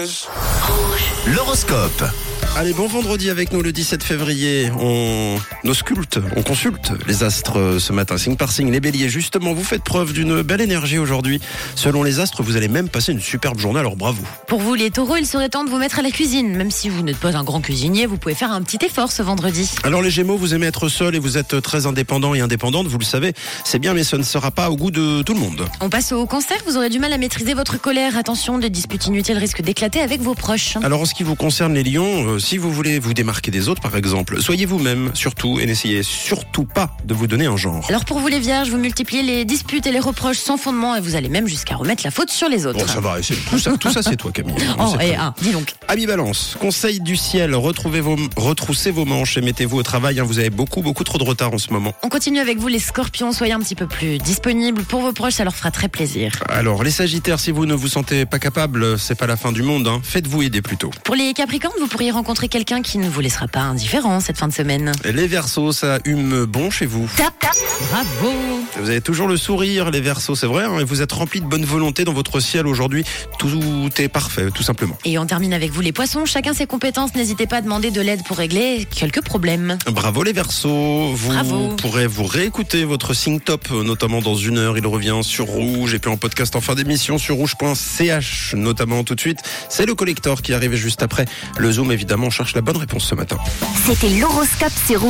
Rouge. L'horoscope. Allez, bon vendredi avec nous le 17 février. On ausculte, on consulte les astres euh, ce matin, signe par signe. Les béliers, justement, vous faites preuve d'une belle énergie aujourd'hui. Selon les astres, vous allez même passer une superbe journée, alors bravo. Pour vous, les taureaux, il serait temps de vous mettre à la cuisine. Même si vous n'êtes pas un grand cuisinier, vous pouvez faire un petit effort ce vendredi. Alors les gémeaux, vous aimez être seul et vous êtes très indépendant et indépendante, vous le savez, c'est bien, mais ce ne sera pas au goût de tout le monde. On passe au cancer, vous aurez du mal à maîtriser votre colère. Attention, des disputes inutiles risquent d'éclater avec vos proches. Alors en ce qui vous concerne les lions, euh, si vous voulez vous démarquer des autres, par exemple, soyez vous-même, surtout, et n'essayez surtout pas de vous donner un genre. Alors pour vous, les vierges, vous multipliez les disputes et les reproches sans fondement et vous allez même jusqu'à remettre la faute sur les autres. Bon, ça va, c'est- tout ça, tout ça c'est toi Camille. On Oh, sait très et bien. un, dis donc. Ami Balance, conseil du ciel, retrouvez vos, retroussez vos manches et mettez-vous au travail. hein. vous avez beaucoup, beaucoup trop de retard en ce moment. On continue avec vous, les scorpions, soyez un petit peu plus disponibles pour vos proches, ça leur fera très plaisir. Alors, les Sagittaires, si vous ne vous sentez pas capable, c'est pas la fin du monde. hein. Faites-vous aider plutôt. Pour les capricornes, vous pourriez rencontrer quelqu'un qui ne vous laissera pas indifférent cette fin de semaine. Les Verseaux, ça hume bon chez vous. Tap, tap, bravo Vous avez toujours le sourire, les Verseaux, c'est vrai. hein, et vous êtes remplis de bonne volonté dans votre ciel aujourd'hui. Tout est parfait, tout simplement. Et on termine avec vous les poissons, chacun ses compétences, n'hésitez pas à demander de l'aide pour régler quelques problèmes. Bravo les Verseaux, vous Bravo. pourrez vous réécouter votre sing top, euh, notamment dans une heure, il revient sur Rouge et puis en podcast en fin d'émission sur rouge.ch, notamment tout de suite. C'est le collector qui arrive juste après. Le zoom évidemment, on cherche la bonne réponse ce matin. C'était l'horoscope sur Rouge.